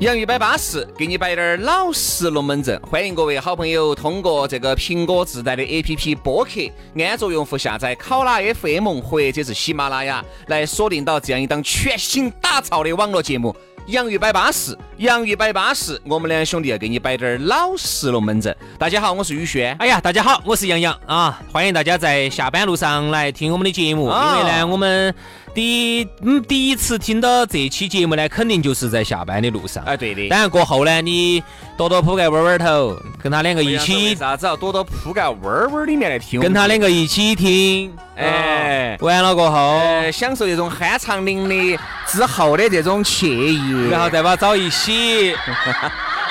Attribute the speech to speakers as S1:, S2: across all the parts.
S1: 杨宇摆巴适，给你摆点儿老实龙门阵。欢迎各位好朋友通过这个苹果自带的 APP 播客，安卓用户下载考拉 FM 或者是喜马拉雅，来锁定到这样一档全新打造的网络节目《杨宇摆巴适》。杨宇摆巴适，我们两兄弟要啊给你摆点儿老实龙门阵。大家好，我是宇轩。
S2: 哎呀，大家好，我是杨洋啊！欢迎大家在下班路上来听我们的节目，
S1: 啊
S2: 因为呢，我们第一嗯第一次听到这期节目呢，肯定就是在下班的路上。
S1: 哎，对的，
S2: 当然过后呢，你多多铺盖窝窝头，跟他两个一
S1: 为
S2: 起，
S1: 啥子要躲到铺盖窝儿窝儿里面来听我们
S2: 跟
S1: 节目？
S2: 他两个一起听，
S1: 哎
S2: 啊完了过后，
S1: 呃，享受这种酣畅淋漓之后的这种惬意，
S2: 然后再把它找一起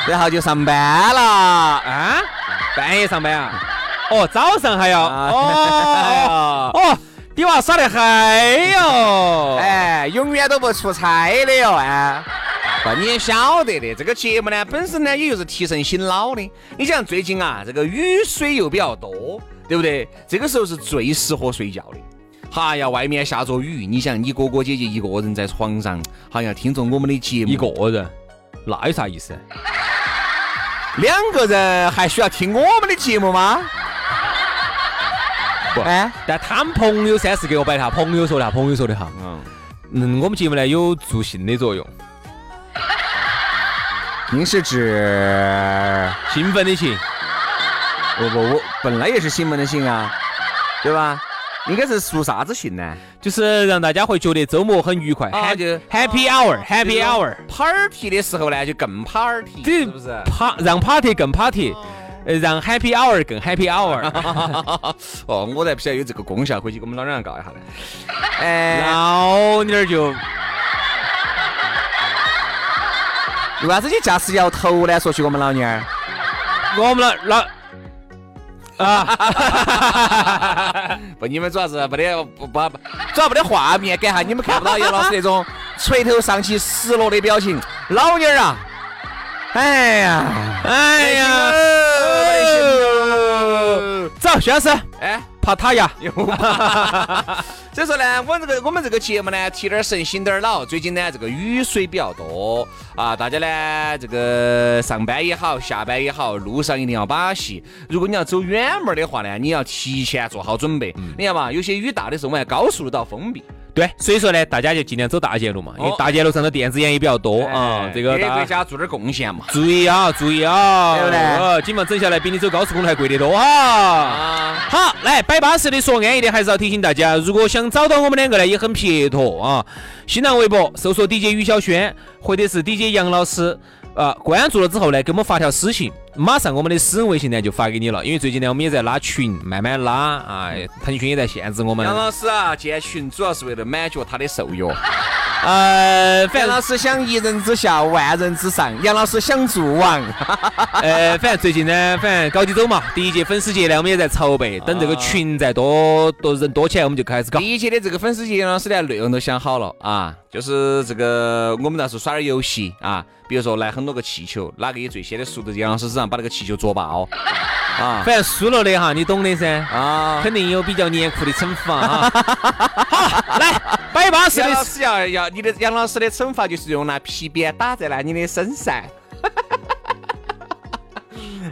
S1: 然后就上班了。
S2: 啊， 半夜上班啊？哦，早上还要
S1: 啊
S2: 哦哦，你娃耍得嗨哟！
S1: 哎，永远都不出差的哟，哎。不，你也晓得的，这个节目呢，本身呢，也就是提神醒脑的。你像最近啊，这个雨水又比较多，对不对？这个时候是最适合睡觉的。哈呀，外面下着雨，你想你哥哥姐姐一个人在床上，好像听着我们的节目，
S2: 一个人，那有啥意思？
S1: 两个人还需要听我们的节目吗？
S2: 不
S1: 哎，
S2: 但他们朋友三四给我摆的哈，朋友说的哈，朋友说的哈。
S1: 嗯，
S2: 嗯，我们节目呢有助兴的作用，
S1: 您是指？
S2: 兴奋的兴，
S1: 我我我本来也是新闻的信啊，对吧？应该是属啥子信呢
S2: 就是让大家会觉得周末很愉快。
S1: 啊
S2: Happy-
S1: 就
S2: Happy Hour，Happy Hour，
S1: ？Party 的时候呢，就更 Party，
S2: 这
S1: 是不 是？
S2: 趴让 Party 更 Party，呃，让 Happy Hour 更 Happy Hour。
S1: 哦，我才不晓得有这个功效，回去给我们老娘告一下呢。哎，
S2: 老妞儿就
S1: 为啥子你驾驶摇头呢？说起我们老娘儿，
S2: 我们老老
S1: 不，你们主要是没得不不，主要没得画面感哈，你们看不到杨老师那种垂头丧气、失落的表情。老娘儿啊，哎呀，
S2: 哎呀，
S1: 呀，
S2: 走，徐老师，
S1: 哎。
S2: 爬塔呀！
S1: 所以说呢，我这个我们这个节目呢，提点儿神，醒点儿脑。最近呢，这个雨水比较多啊，大家呢，这个上班也好，下班也好，路上一定要把戏。如果你要走远门儿的话呢，你要提前做好准备。
S2: 嗯
S1: 你看嘛，有些雨大的时候，我们还高速路道封闭。
S2: 对，所以说呢，大家就尽量走大街路嘛，因为
S1: 哦
S2: 大街路上的电子烟也比较多啊
S1: 哎。
S2: 这个
S1: 给
S2: 大
S1: 国
S2: 家
S1: 家做点儿贡献嘛。
S2: 注意啊，注意啊，
S1: 对不对
S2: 哦，谨防整下来比你走高速公路还贵得多啊。
S1: 啊，
S2: 好，来摆巴适的说安逸的，还是要提醒大家，如果想找到我们两个呢，也很撇脱啊。新浪微博搜索 DJ 于小轩，或者是 DJ 杨老师。啊，关注了之后呢，给我们发条私信，马上我们的私人微信呢就发给你了。因为最近呢，我们也在拉群，慢慢拉啊，腾讯也在限制 我们。
S1: 杨老师啊，建群主要是为了满足他的受 虐。
S2: 呃，反
S1: 杨
S2: 正
S1: 老师想一人之下，万人之上。杨老师想做王。
S2: 呃，反正最近呢，反正搞起走嘛，第一届粉丝节呢，我们也在筹备，等这个群再多多人多起来，我们就开始搞。
S1: 第一期的这个粉丝节呢，是连内容都想好了啊，就是这个我们到时候耍点游戏啊，比如说来很多个气球，哪个以最先的速度杨老师身上把那个气球啄爆啊
S2: 反正输了的哈，你懂的噻，
S1: 啊！
S2: 肯定有比较严酷的惩 罚哈。好，来摆巴适
S1: 杨老
S2: 的，
S1: 师要要你的杨老师的惩罚就是用那皮鞭打在了你的身上。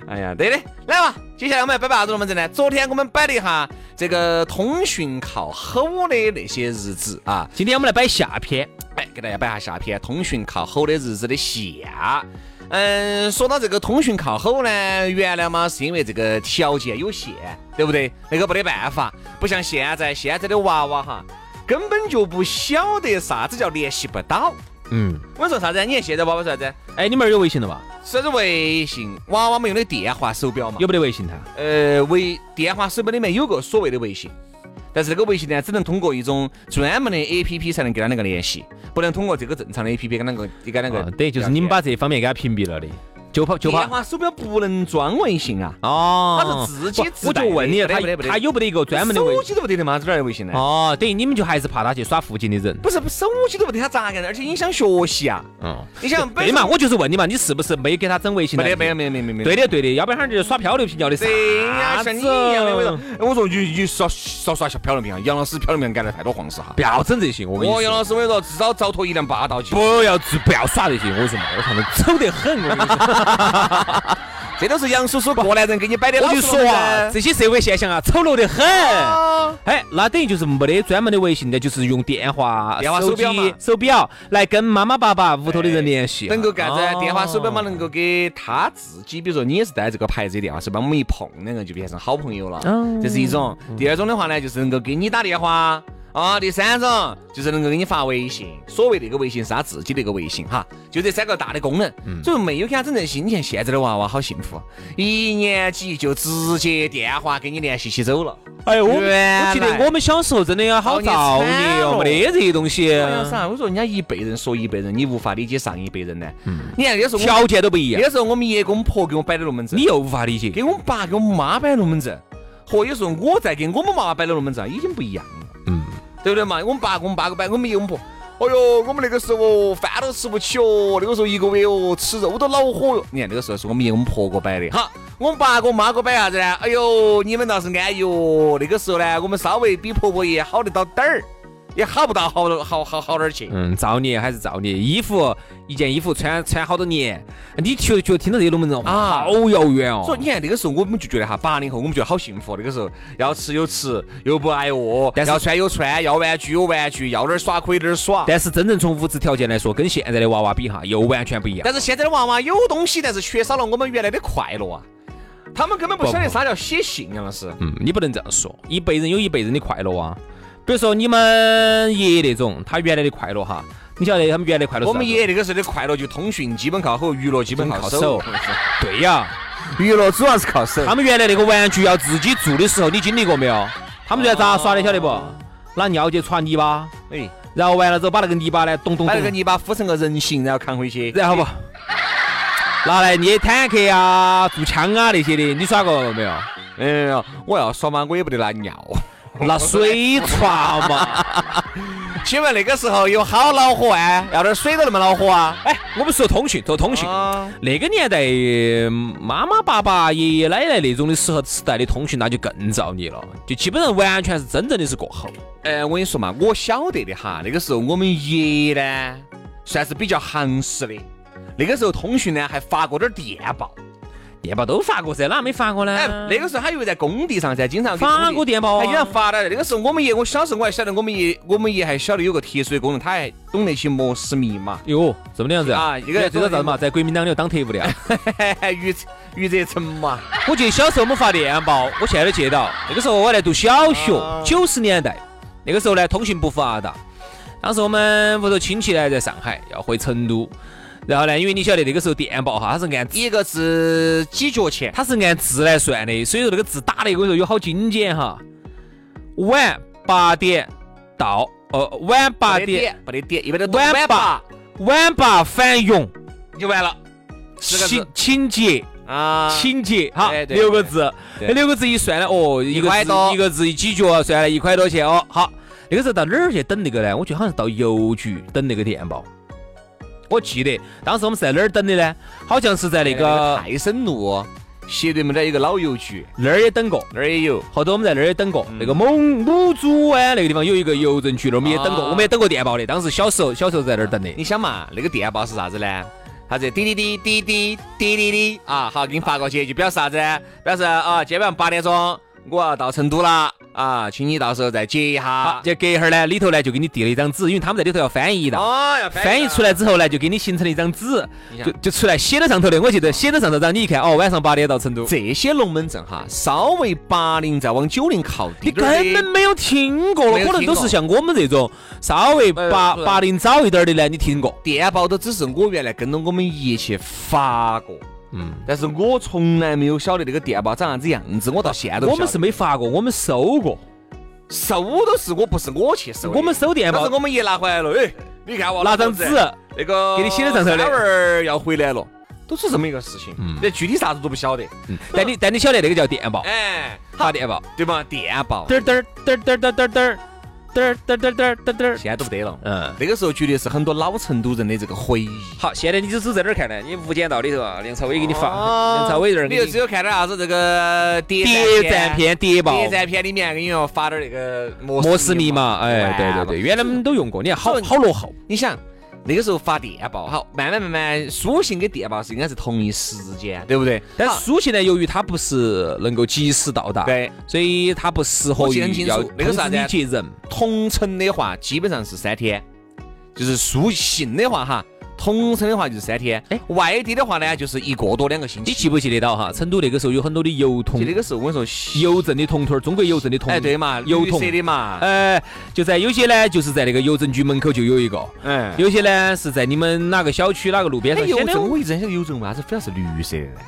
S1: 哎呀，对的，来吧，接下来我们来摆摆啥子龙门阵呢？昨天我们摆了一下这个通讯靠吼的那些日子啊，
S2: 今天我们来摆下篇，
S1: 哎，给大家摆下下篇通讯靠吼的日子的下。嗯，说到这个通讯靠吼呢，原来嘛是因为这个条件有限，对不对？那个没得办法，不像现在，现在的娃娃哈，根本就不晓得啥子叫联系不到。
S2: 嗯，
S1: 我说啥子？啊你看现在娃娃说啥子？
S2: 哎，你们儿有微信了吧？
S1: 啥子微信？娃娃们用的电话手表嘛。
S2: 有没得微信他？
S1: 呃，微电话手表里面有个所谓的微信，但是这个微信呢，只能通过一种专门的 A P P 才能跟他两个联系，不能通过这个正常的 A P P 跟两个跟两个。
S2: 啊等于就是你们把这方面给他屏蔽了的，就怕就
S1: 电
S2: 怕
S1: 话手表不能装微信啊，
S2: 哦
S1: 它是自己自
S2: 不我
S1: 带
S2: 就问你，
S1: 的
S2: 他
S1: 不得不得不得
S2: 他有没得一个专门的微
S1: 手
S2: 信？
S1: 机都不得的嘛，这哪来微信呢？
S2: 哦，等于你们就还是怕他去耍附近的人。
S1: 不是，手机都不得，他咋个呢？而且影响学习啊！
S2: 嗯，
S1: 你想，
S2: 对嘛，我就是问你嘛，你是不是没给他整微信呢？
S1: 没得没有没有没有没有。
S2: 对的对的，要不然他就耍漂流瓶尿的啥
S1: 对呀，像你一样啊的，我说
S2: 子，
S1: 哎我说你你少少耍下漂流瓶啊！杨老师漂流瓶干了太多黄事哈
S2: 不。要整这些，我跟你
S1: 哦，杨
S2: 说。
S1: 老师，我跟你说，至少遭脱一两霸道去。
S2: 不要不要耍这些，我跟你说嘛，我看着丑得很。我跟你说，
S1: 这都是杨叔叔过来人给你摆哎的老
S2: 我就
S1: 实
S2: 说啊，
S1: 龙门阵
S2: 这些社会现象啊，丑陋得很。
S1: 啊
S2: 哎，那等于就是没得专门的微信的，就是用电话、
S1: 电话手表嘛哎
S2: 机、手表来跟妈妈、爸爸、屋头的人联系，
S1: 能够干
S2: 哦
S1: 子？电话手表嘛，能够给他自己，比如说你也是带这个牌子的电话手表，我们一碰，两个就变成好朋友了，这是一种。第二种的话呢，就是能够给你打电话。啊，第三种就是能够给你发微信，所谓那个微信是他自己的一个微信哈，就这三个大的功能，所以没有给他整这些。你看现在的娃娃好幸福，一年级就直接电话跟你联系起走了。
S2: 哎，我
S1: 原
S2: 们我记得
S1: 来
S2: 我们小时候真的呀，好
S1: 哦你
S2: 造
S1: 惨
S2: 孽哦，
S1: 了
S2: 没得这些东西，
S1: 哎呀啥？我说人家一辈人说一辈人，你无法理解上一辈人呢。你看那时候我，
S2: 条件都不一样
S1: 那，时候我们爷给我们婆给我摆的龙门阵
S2: 你，又无法理解。
S1: 给我们爸给我们妈摆的龙门阵，和有时候我在给我们妈妈摆的龙门阵已经不一样了，
S2: 嗯，
S1: 对不对嘛？我们爸给我们爸给我摆，我们爷给我们婆。哎呦，我们那个时候饭都吃不起哦，那个时候一个月哦吃肉都恼火哟。你看那个时候是我们爷我们婆给我摆的，哈，我们爸给我妈给我摆啥子呢？哎呦，你们倒是安逸哦。那个时候呢，我们稍微比婆婆爷好得到点儿，也好不到好好好好哪儿去。
S2: 嗯，造孽还是造孽，衣服一件衣服穿穿好多年，你就就听到这些龙门阵
S1: 啊
S2: 好遥远哦。
S1: 所以你看那个时候我们就觉得哈，八零后我们觉得好幸福。那个时候要吃有吃，又不挨饿，
S2: 但是
S1: 要穿有穿，要玩具有玩具，要哪儿耍可以哪儿耍。
S2: 但是真正从物质条件来说，跟现在的娃娃比哈，又完全不一样。
S1: 但是现在的娃娃有东西，但是缺少了我们原来的快乐啊！他们根本不晓得啥叫写信，啊杨老师。
S2: 嗯，你不能这样说，一辈人有一辈人的快乐啊。比如说你们爷爷那种，他原来的快乐哈，你晓得他们原来的快乐是
S1: 我们
S2: 啥子
S1: 爷那个时候的快乐就通讯基本靠吼，娱乐基本靠
S2: 基本
S1: 手
S2: 靠，对呀、
S1: 娱乐主要是靠手。
S2: 他们原来那个玩具要自己做的时候，你经历过没有？他们原来咋耍的，晓得不？拿尿去刷泥巴，
S1: 哎，
S2: 然后完了之后把那个泥巴呢，咚咚
S1: 把那
S2: 咚
S1: 个，泥巴敷成个人形，然后扛回去。
S2: 然后不，拿来捏坦克呀、做枪啊那些的，你耍过没有？
S1: 嗯，我要耍嘛，我也不得拿尿。
S2: 拿水刷嘛。
S1: 请问那个时候有好恼火啊？要点水都那么恼火啊？
S2: 哎，我们说通讯，说通讯。
S1: 啊。
S2: 那个年代，呃妈妈、爸爸、爷爷奶奶那种的时候时代的通讯，那就更造孽了，就基本上完全是真正的是过后。
S1: 呃，我跟你说嘛，我晓得的哈，那个时候我们爷呢算是比较行实的，那个时候通讯呢还发过点儿电报，
S2: 电报都发过噻，哪没发过呢？
S1: 哎，那个时候他又在工地上噻，经常给
S2: 嗯发
S1: 工
S2: 过
S1: 地
S2: 电报
S1: 还经常
S2: 啊。
S1: 发的。那个时候我们爷，我小时候我还晓得我们爷，我们爷还晓得有个特殊的功能，他还懂得去摩斯密码，
S2: 哟，这么的样子
S1: 啊一个
S2: 这个啥子嘛，在国民党里头当特务 的啊。
S1: 余余则成嘛。
S2: 我记得小时候我们发电报，我现在都记得到。那个时候我还在读小学，
S1: 啊
S2: 九十年代，那个时候呢通讯不发达，当时我们屋头亲戚呢在上海，要回成都，然后呢，因为你晓得那个时候电报哈，它是按
S1: 一个是几角钱，
S2: 它是按字来算的，所以说那个字打的有时候有好精简哈。晚八点到，呃，晚八点，，
S1: 不得点，一般都
S2: 晚
S1: 晚
S2: 八
S1: 八
S2: 晚八返佣，
S1: 就完了。四个字
S2: 请请节，
S1: 啊，
S2: 请节哈
S1: 对，对
S2: 六个字，
S1: 对
S2: 那六个字一算了，哦，一个
S1: 块
S2: 字
S1: 多
S2: 一个字一几角，算了一块多钱哦。好，那个时候到哪儿去等那个呢？我觉得好像是到邮局等那个电报。我记得当时我们是在哪儿等的呢？好像是在那
S1: 哎那个
S2: 个
S1: 泰森路斜对面的一个老邮局，哎
S2: 那儿也等过，
S1: 那儿也有。
S2: 后头我们在那儿也等过，
S1: 嗯
S2: 那个蒙母猪湾那个地方有一个邮政局，那儿我们也等过，
S1: 啊
S2: 我们也等过电报的。当时小时候，小时候在那儿等的。
S1: 你想嘛，那个电报是啥子呢？啥子滴滴滴滴滴滴滴滴啊？好，给你发过去，就表示啥子呢？表示啊，今晚八点钟我要到成都了，啊，请你到时候再截一
S2: 好，
S1: 下。
S2: 就啊隔一会儿呢，里头呢就给你递了一张纸，因为他们在里头要翻译的。
S1: 哦，要
S2: 翻译出来之后呢，就给你形成了一张纸
S1: 你，想
S2: 就就出来写到上头的。我记得写到上头，然后你一看，哦，晚上八点到成都，
S1: 这些龙门阵哈，稍微八零再往九零靠低
S2: 你
S1: 点儿的，
S2: 根本没有听过
S1: 没
S2: 了，
S1: 有
S2: 可能
S1: 听
S2: 都
S1: 过
S2: 是像我们这种稍微
S1: 呃
S2: 八
S1: 是的
S2: 八零早一点儿的呢，你听过。
S1: 电报都只是我原来跟着我们一起发过，
S2: 嗯
S1: 嗯，但是我从来没有晓得那个电报长啥子样子，我到现在都
S2: 我
S1: 不
S2: 们
S1: 晓
S2: 是
S1: 得
S2: 没发过，我们收过，
S1: 收都是我不是我去收的，
S2: 我们收电
S1: 但
S2: 报
S1: 是我们一拿回来了，哎，你看我
S2: 拿张纸，
S1: 呃那个
S2: 给你写在上头的
S1: 三娃儿要回来了，都是这么一个事情
S2: 嗯，
S1: 那具体啥子都不晓得，
S2: 但你但你晓得那个叫电报，
S1: 哎，
S2: 发电报，
S1: 对嘛，电报
S2: 嘚儿嘚儿嘚儿嘚儿嘚儿嘚儿嘚儿嘚儿嘚儿嘚儿嘚儿嘚儿。
S1: 现在都不得了，
S2: 嗯，
S1: 那个时候绝对是很多老成都人的这个回忆。
S2: 好，现在你就是在哪儿看呢？你《无间道》里头啊，梁朝伟给你发，
S1: 哦
S2: 梁朝伟在那儿
S1: 你
S2: 给
S1: 就
S2: 你
S1: 只有看到啥子这个啊谍
S2: 谍战，片、谍报、
S1: 谍战片里面给你要发点那个摩
S2: 摩斯密码，哎，对对
S1: 完了
S2: 对，原来我们都用过，你看好
S1: 好
S2: 好落后。
S1: 你想那个时候发电报，好，慢慢慢慢，书信跟电报是应该是同一时间，对不对？
S2: 但
S1: 好
S2: 书信呢，由于它不是能够及时到达，
S1: 对，
S2: 所以它不适合
S1: 我记得很
S2: 于
S1: 清
S2: 要
S1: 楚那个
S2: 通
S1: 是啥
S2: 知
S1: 子
S2: 你
S1: 啊
S2: 接人。
S1: 同城的话基本上是三天，就是书信的话哈，同城的话就是三天，
S2: 哎
S1: 外地的话呢就是一个多两个星期。
S2: 你记不记得到哈？成都那个时候有很多的邮筒
S1: 就，那个时候我跟你说，
S2: 邮政的铜腿儿，中国邮政的铜，
S1: 哎对嘛，
S2: 邮
S1: 绿
S2: 筒
S1: 色的嘛，
S2: 呃，就在有些呢，就是在那个邮政局门口就有一个，
S1: 嗯。
S2: 有些呢是在你们哪个小区哪个路边
S1: 哎，
S2: 上。
S1: 邮
S2: 现在
S1: 政
S2: 我
S1: 我一直很想邮政为啥子非要是绿色的呢？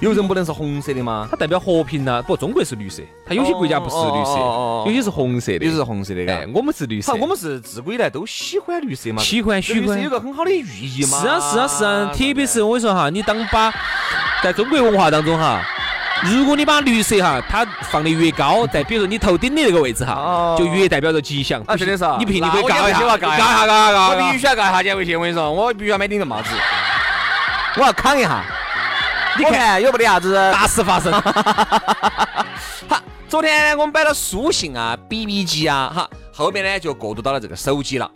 S1: 邮政不能是红色的吗？
S2: 它代表和平呐、不，中国是绿色，它有些国家不是绿
S1: 哦哦哦
S2: 色，
S1: 哦哦哦
S2: 有些是红色的。
S1: 有些是红色的，
S2: 哎
S1: 嘎。，
S2: 我们是绿
S1: 好，
S2: 色。
S1: 我们是自古以来都喜欢绿色嘛，
S2: 喜欢喜
S1: 绿色
S2: 欢
S1: 有。个很好的寓意嘛。
S2: 是啊是啊是啊，特别是
S1: 对
S2: 我跟你说哈，你当把在中国文化当中哈，如果你把绿色哈它放的越高，在比如说你头顶的那个位置哈
S1: 哦，
S2: 就越代表着吉祥。
S1: 啊真的是啊
S2: 你不信你可以
S1: 那我
S2: 告一
S1: 也
S2: 下，
S1: 不信我要
S2: 告
S1: 告
S2: 一
S1: 一下
S2: 下，告一下，
S1: 不
S2: 告
S1: 对，我必
S2: 一
S1: 须
S2: 下。
S1: 要干下回去，我跟你说，我必须要买顶个帽子，我要扛一下。你
S2: 我
S1: 看有没得啥子？
S2: 大事发生，
S1: 好，昨天我们摆了书信啊、BB 机啊，哈，后面呢就过渡到了这个手机了。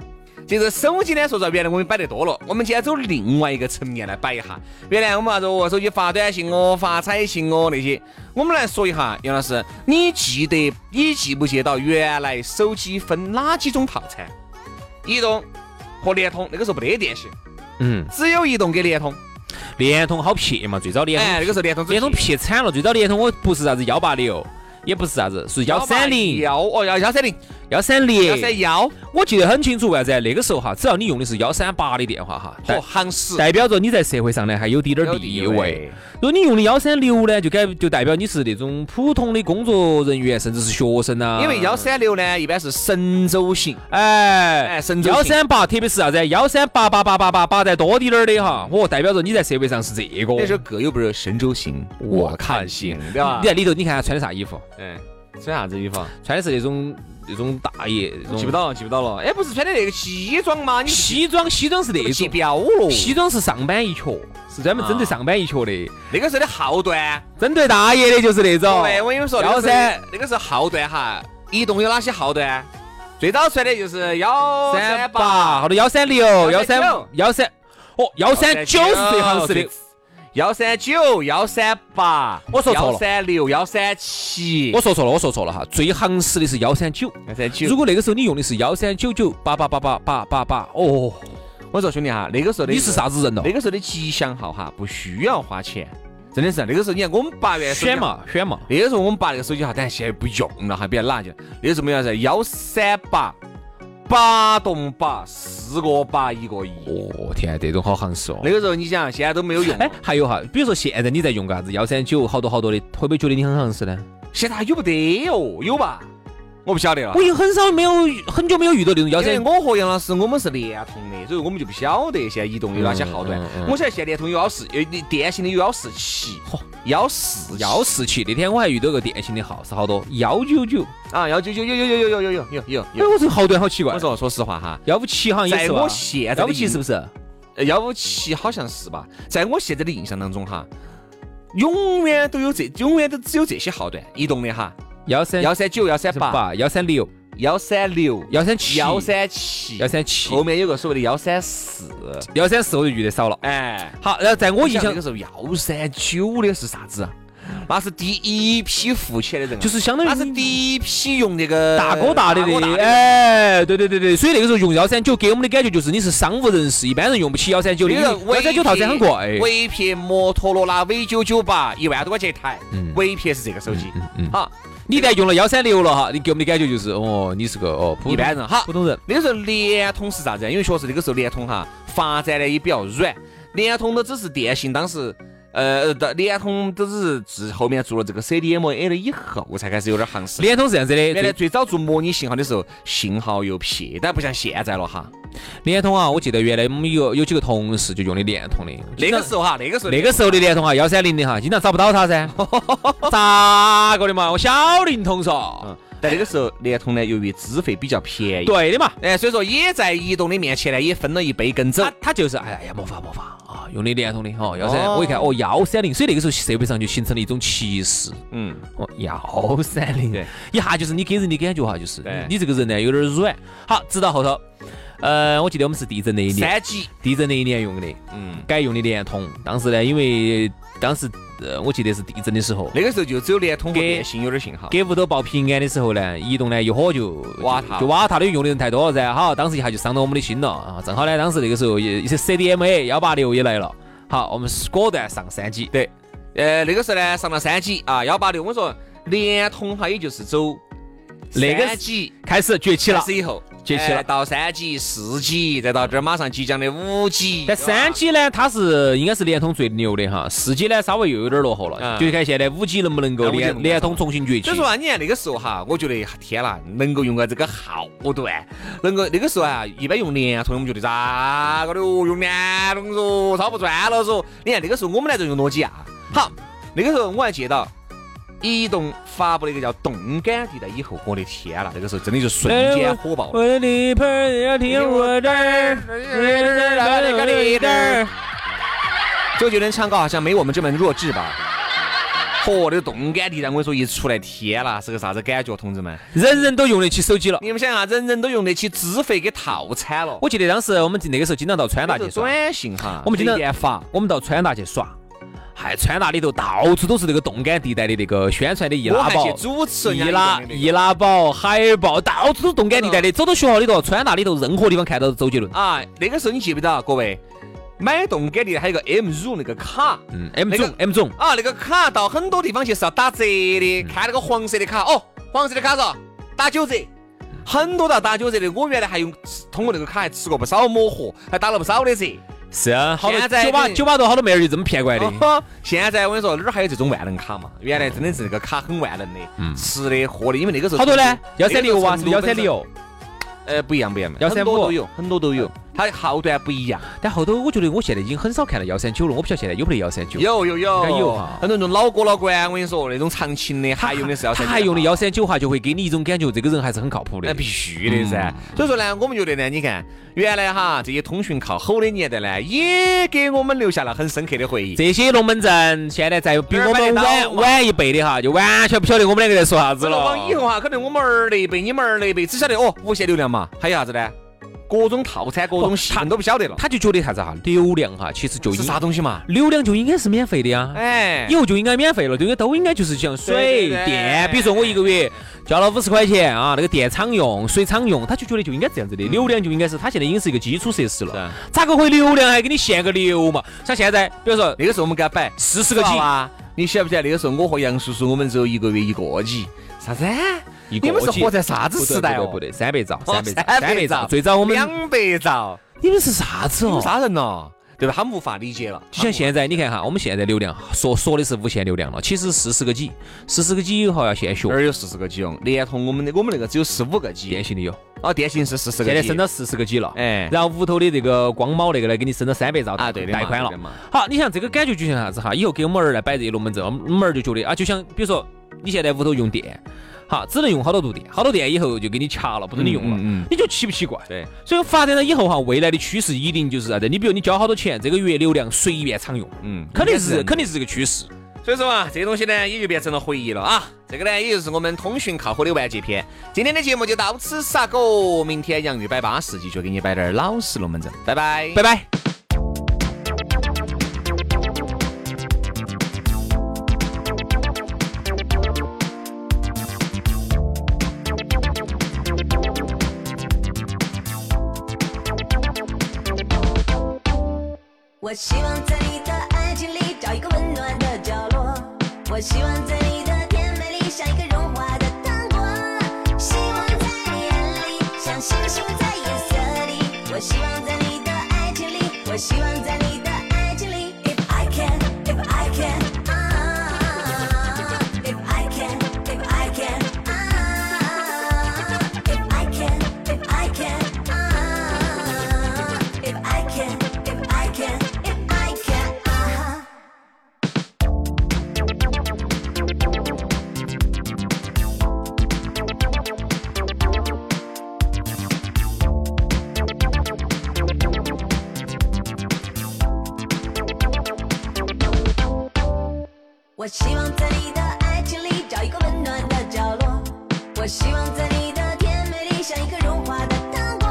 S1: 这个手机呢，说实话，原来我们摆得多了。我们今天走另外一个层面来摆一下。原来我们啥子哦，手机发短信哦、发彩信哦那些，我们来说一下，杨老师，你记得你记不记得到原来手机分哪几种套餐？移动和联通，那个时候没得电信，
S2: 嗯，
S1: 只有移动跟联通。
S2: 联通好撇嘛，最早联
S1: 哎，那
S2: 通
S1: 个时候联通只
S2: 联通
S1: 撇
S2: 撇惨了，最早联通我不是啥子幺八六，也不是啥子，是幺三零、
S1: 幺哦幺幺三零
S2: 幺三
S1: 幺
S2: 零，
S1: 三幺，
S2: 我记得很清楚，为啥子？那个时候哈，只要你用的是幺三八的电话哈，代
S1: 哦行十
S2: 代表着你在社会上呢还有滴点儿
S1: 有
S2: 地
S1: 地
S2: 位
S1: 位。
S2: 如果你用的幺三六呢，就该就代表你是那种普通的工作人员，甚至是学生啊呐、
S1: 因为幺，三六呢，一般是神州行，
S2: 哎
S1: 哎，神州
S2: 幺
S1: 行
S2: 三八，特别是啥子幺三八八八八八八再多滴点儿的哈，我代表着你在社会上是这个。
S1: 那首啊歌又不是神州行，
S2: 我
S1: 看行，对吧
S2: 你？在里头，你看他穿的啥衣服？
S1: 嗯，穿啥子衣服啊？
S2: 穿的是那种那种大爷，那种
S1: 记不到了，记不到了。哎，不是穿的那个西装吗？你
S2: 西装，西装是那
S1: 记
S2: 种，哦
S1: 标了。
S2: 西装是上班一瘸，是专门针对
S1: 啊
S2: 上班一瘸的，
S1: 那个时候的后端，哦
S2: 针对大爷的就是那种。
S1: 对，我跟你们说，
S2: 幺
S1: 那
S2: 三
S1: 个时候那个时候后端哈，移动有哪些后端？最早出来的就是幺
S2: 三
S1: 三
S2: 八，
S1: 八
S2: 好、多幺三六、幺三
S1: 139
S2: 幺三，哦，幺三九是最行市
S1: 哦
S2: 的。
S1: 幺三九、幺三八，
S2: 我说错了
S1: 幺三六、幺三七，
S2: 我说错了，我说错了哈，最行市的是幺三九。
S1: 幺三九
S2: 如。果那个时候你用的是幺三九九八八八八八八八，哦，
S1: 我说兄弟哈，那个时候的
S2: 你是啥子人咯哦
S1: 那个时候的吉祥号哈，不需要花钱，真的是那个时候。你看我们八元手机
S2: 选，嘛选嘛，
S1: 那个时候我们八那个手机哈，但现哎在不用了哈，比较垃圾。那个时候没有啥子幺三八八栋八四个八一个一。
S2: 哦天啊，这种好行市哦
S1: 那。个时候你想，现在都没有用了
S2: 哎，，还有哈，比如说现在你在用个啥子幺三九，好多好多的，会不会觉得你很行市呢？
S1: 现在还有不得哦，有吧？我不晓得了
S2: 我。已经很少没有很久没有遇到那种幺
S1: 因为
S2: 三，
S1: 我和杨老师我们是联通的，所以我们就不晓得现在移动有哪些号端
S2: 嗯嗯嗯。
S1: 我晓得现在联通有幺四，呃，电信的有幺四七、幺四
S2: 幺四七。那天我还遇到个电信的号是好多幺九九，
S1: 啊，幺九九有有有有有有有有
S2: 哎，
S1: 有。
S2: 我这个号段好奇怪
S1: 我。说，说实话哈，
S2: 幺五七好像也
S1: 在
S2: 是吧
S1: 我？现啊在
S2: 幺
S1: 的
S2: 五七是不
S1: 是呃
S2: 是？
S1: 幺五七好像是吧？在我现在的印象当中哈，永远都有这，永远都只有这些号段，移动的哈，
S2: 幺三
S1: 幺三九、幺三八、
S2: 八、幺三六、
S1: 幺三六、
S2: 幺三七、
S1: 幺三七、
S2: 幺三七哦
S1: 后、面有个所谓的幺三四，
S2: 幺三四，我就遇得少了。
S1: 哎，
S2: 好，然后在我印
S1: 像
S2: 象
S1: 那个时候幺三九的是啥子啊？那是第一批付钱的人啊，
S2: 就是相当于
S1: 那是第一批用那个
S2: 大哥大的
S1: 大哥大
S2: 的，
S1: 的
S2: 哎，对对对对，所以那个时候用幺三九给我们的感觉就是你是商务人士，一般人用不起幺三九的，
S1: 那
S2: 因
S1: 个
S2: 为幺三九套餐很贵。
S1: 唯品摩托罗拉 V 九九八一万多块钱一台，
S2: 嗯
S1: 唯品是这个手机，好，
S2: 你但用了幺三六了哈，你给我们的感觉就是哦，你是个哦普通
S1: 一般人哈
S2: 普通人。
S1: 那个时候联通是啥子？因为确实那个时候联通哈发展的也比较软，联通都只是电信当时。呃，的联通都是自后面做了这个 CDMA 了以后才开始有点行势。
S2: 联通是这样子的，
S1: 原来
S2: 最
S1: 最早做模拟信号的时候，信号又撇，但不像现在了哈。
S2: 联通啊，我记得原来我们有有几个同事就用的联通的，
S1: 那个时候哈，那个时候
S2: 那个时候的联通哈，啊幺三零的哈，经常找不到 他噻，咋个的嘛？我小灵通嗦
S1: 嗯，，但那个时候联通呢，由于资费比较便宜，，
S2: 对的嘛。
S1: 哎，所以说也在移动的面前呢，也分了一杯羹走
S2: 他。他就是哎呀，没法没法啊，用的联通的哈，幺三
S1: 哦
S2: 我一看哦幺三零，所以那个时候社会上就形成了一种歧视。
S1: 嗯，
S2: 哦，幺三零
S1: 对，
S2: 一下就是你给人的感觉哈，就是
S1: 对
S2: 你这个人呢有点软。好，直到后头，呃，我记得我们是地震那一年，
S1: 三 G，
S2: 地震那一年用的，
S1: 嗯，
S2: 改用的联通。当时呢，因为当时呃，我记得是地震的时候，
S1: 那个时候就只有联通和
S2: 给
S1: 电信有点信号。
S2: 给屋头报平安的时候呢，移动呢一火就
S1: 瓦塔
S2: 就瓦塔的用的人太多了噻，好，当时一下就伤到我们的心了啊。正好呢，当时那个时候也一些 CDMA 幺八六也来了，好，我们是果断上三 G，
S1: 对，呃，那个时候呢，上了三 G 啊，幺八六，我说联通哈，也就是走
S2: 那个
S1: 三 G
S2: 开始崛起
S1: 开
S2: 了。
S1: 始以后，
S2: 崛起了
S1: 哎到三 G、四 G，再到这儿马上即将的五 G，
S2: 但三 G 呢，它是应该是联通最牛的哈，四 G 呢稍微又有点落后了，
S1: 嗯
S2: 就看现在五 G 能不能够
S1: 哎5G 能
S2: 联
S1: 不能
S2: 联通重新崛起
S1: 所以。说啊，你看那个时候哈，我觉得天啦，能够用个这个号段，能够那个时候啊，一般用联通，我们觉得咋个的哦，用联通嗦，超不赚了嗦。你看那个时候我们来这用诺基亚，好，那个时候我还记到移动发布了一个叫动感地带以后，我的天啦，那个时候真的就瞬间火爆了。
S2: 我的地盘儿要听我的儿，
S1: 周杰伦唱歌好像没我们这么弱智吧？嚯，那个动感地带，我跟你说一出来，天啦，是个啥子感觉，同志们？
S2: 人人都用得起手机了。
S1: 你们想啊，人人都用得起资费给套餐了。
S2: 我记得当时我们哎那个时候经常到川大
S1: 哎那
S2: 去
S1: 就
S2: 耍，
S1: 短信哈，
S2: 我们经常
S1: 随便发。
S2: 我们到川大去耍，嗨，川大里头到处都是那个动感地带的那个宣传的易
S1: 我
S2: 拉
S1: 还
S2: 宝
S1: 去。主持
S2: 易
S1: 人
S2: 拉
S1: 家移
S2: 易拉宝、海报，到处都是
S1: 嗯
S2: 动感地带的。走到学校里头，川大里头，任何地方看到周杰伦。
S1: 啊，那个时候你记不到，各位买动感地带还有个 M 乳那个卡。
S2: 嗯，M
S1: 那个
S2: 总，M 总，
S1: 啊，那个卡到很多地方去是要打折
S2: 嗯
S1: 的，看那个黄色的卡，哦，黄色的卡嗦，打九折。很多都要打九折的，我原来还用通过那个卡还吃过不少魔盒，还打了不少的折。
S2: 是啊，好多
S1: 现在
S2: 酒吧
S1: 你
S2: 酒吧头好多妹儿就这么骗过来的。
S1: 哦现在我跟你说，哪儿还有这种万能卡嘛？原来真的是那个卡很万能的，吃的喝的，因为那个时候
S2: 嗯好多呢，幺
S1: 那个时
S2: 三
S1: 候
S2: 六啊，是
S1: 成都
S2: 不是幺
S1: 本
S2: 三
S1: 身
S2: 六？
S1: 呃，不一样，不一样，不一
S2: 135
S1: 样很多都有，很多都有，它的号段不一样。
S2: 但后头我觉得我现在已经很少看到幺三九了，我不晓得现在有没得幺三九。
S1: 有有有
S2: 应该有哈
S1: 很多那种老哥老倌，我跟你说，那种长情的还用的是 要
S2: 他还用的幺三九哈，就会给你一种感觉，这个人还是很靠谱
S1: 那
S2: 的。
S1: 必须的嗯噻。所以说呢，我们觉得呢，你看原来哈这些通讯靠吼的年代呢，也给我们留下了很深刻的回忆。
S2: 这些龙门阵现在在比我
S1: 哪儿买
S2: 们
S1: 得到
S2: 晚
S1: 嘛
S2: 晚一辈的哈，就完全不晓得我们两个在说啥子
S1: 这
S2: 了
S1: 往。以后啊哈，可能我们儿那一辈、你们儿那一辈，只晓得哦无限流量嘛，还有啥子呢？各种套餐、各种系统都不晓得了。
S2: 他就觉得啥子哈，流量哈，其实就应
S1: 是啥东西嘛？
S2: 流量就应该是免费的呀。
S1: 哎
S2: 以，后就应该免费了，就应该都应该就是像水
S1: 对对对
S2: 电，比如说我一个月交了五十块钱啊，那个电厂用、水厂用，他就觉得就应该这样子的，
S1: 嗯
S2: 流量就应该是他现在已经是一个基础设施
S1: 是
S2: 了
S1: 啊，
S2: 咋个会流量还给你限个流嘛？像现在，比如说
S1: 那个时候我们给他摆
S2: 四十个 G，
S1: 啊！你晓不晓得那个时候我和杨叔叔我们只有一个月一个 G，啥子？
S2: 一个
S1: 你们是
S2: G
S1: 活在啥子时代
S2: 不
S1: 哦？
S2: 对不对，不对三百兆，
S1: 哦
S2: 三百兆，
S1: 三
S2: 三百
S1: 百
S2: 兆。
S1: 兆，
S2: 最早我们
S1: 两百兆，
S2: 你们是啥子
S1: 你
S2: 哦
S1: 们？啥人咯？对吧？他们无法理解了，
S2: 就像现在，你看哈，我们现在流量说说的是无限流量了，其实四十个 G，四十个 G 以后要限
S1: 哪
S2: 学，
S1: 儿有四十个 G 用？联通我们的我们那个只有十五个 G，
S2: 电信的有，
S1: 啊，电信是四十个
S2: 现
S1: G，
S2: 在升到四十个 G 了。
S1: 哎
S2: 然后屋头的这个光猫那个呢，给你升到三百兆
S1: 啊，对的嘛
S2: 带宽了
S1: 对的。嘛。
S2: 好，你像这个感觉就像啥子哈？以后给我们儿来摆这些龙门阵，我们儿就觉得啊，就像比如说你现在屋头用电，好，只能用好多度电，好多电以后就给你掐了，不准你用了，
S1: 嗯嗯嗯
S2: 你就奇不奇怪？
S1: 对，
S2: 所以发展了以后哈，未来的趋势一定就是啥子？你比如你交好多钱，这个月流量随便常用，
S1: 嗯
S2: 肯定是
S1: 应该是
S2: 肯定是这个趋势。
S1: 所以说啊，这东西呢也就变成了回忆了啊。这个呢，也就是我们通讯靠火的完结篇。今天的节目就到此杀过，明天杨玉摆巴适，继续给你摆点儿老实龙门阵，拜拜。
S2: 拜拜。
S3: 我希望在你的爱情里找一个温暖的角落，我希望在你的甜美里像一个融化的糖果，希望在你眼里像星星在夜色里，我希望在你的爱情里，我希望在你的爱情里，If I can, If I can, uh. 啊，If I can, If I can, 啊，If I can, If I can, 啊，If I can, If I can, If I can, uh-huh. 啊。我希望在你的爱情里找一个温暖的角落，我希望在你的甜美里像一个融化的糖果，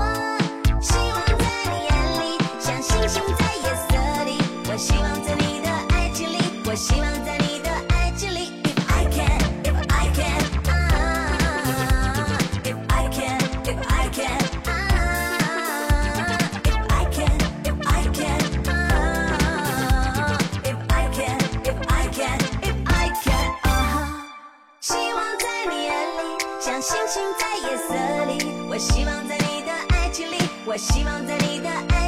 S3: 希望在你眼里像星星在夜色里，我希望在你的爱情里，我希望在你的爱情里，If I can, If I can, uh. 啊，If I can, If I can, 啊，If I can, If I can, 啊，If I can, If I can, If I can, 啊。希望在你眼里，像星星在夜色里。我希望在你的爱情里，我希望在你的爱 uh, uh, uh, uh,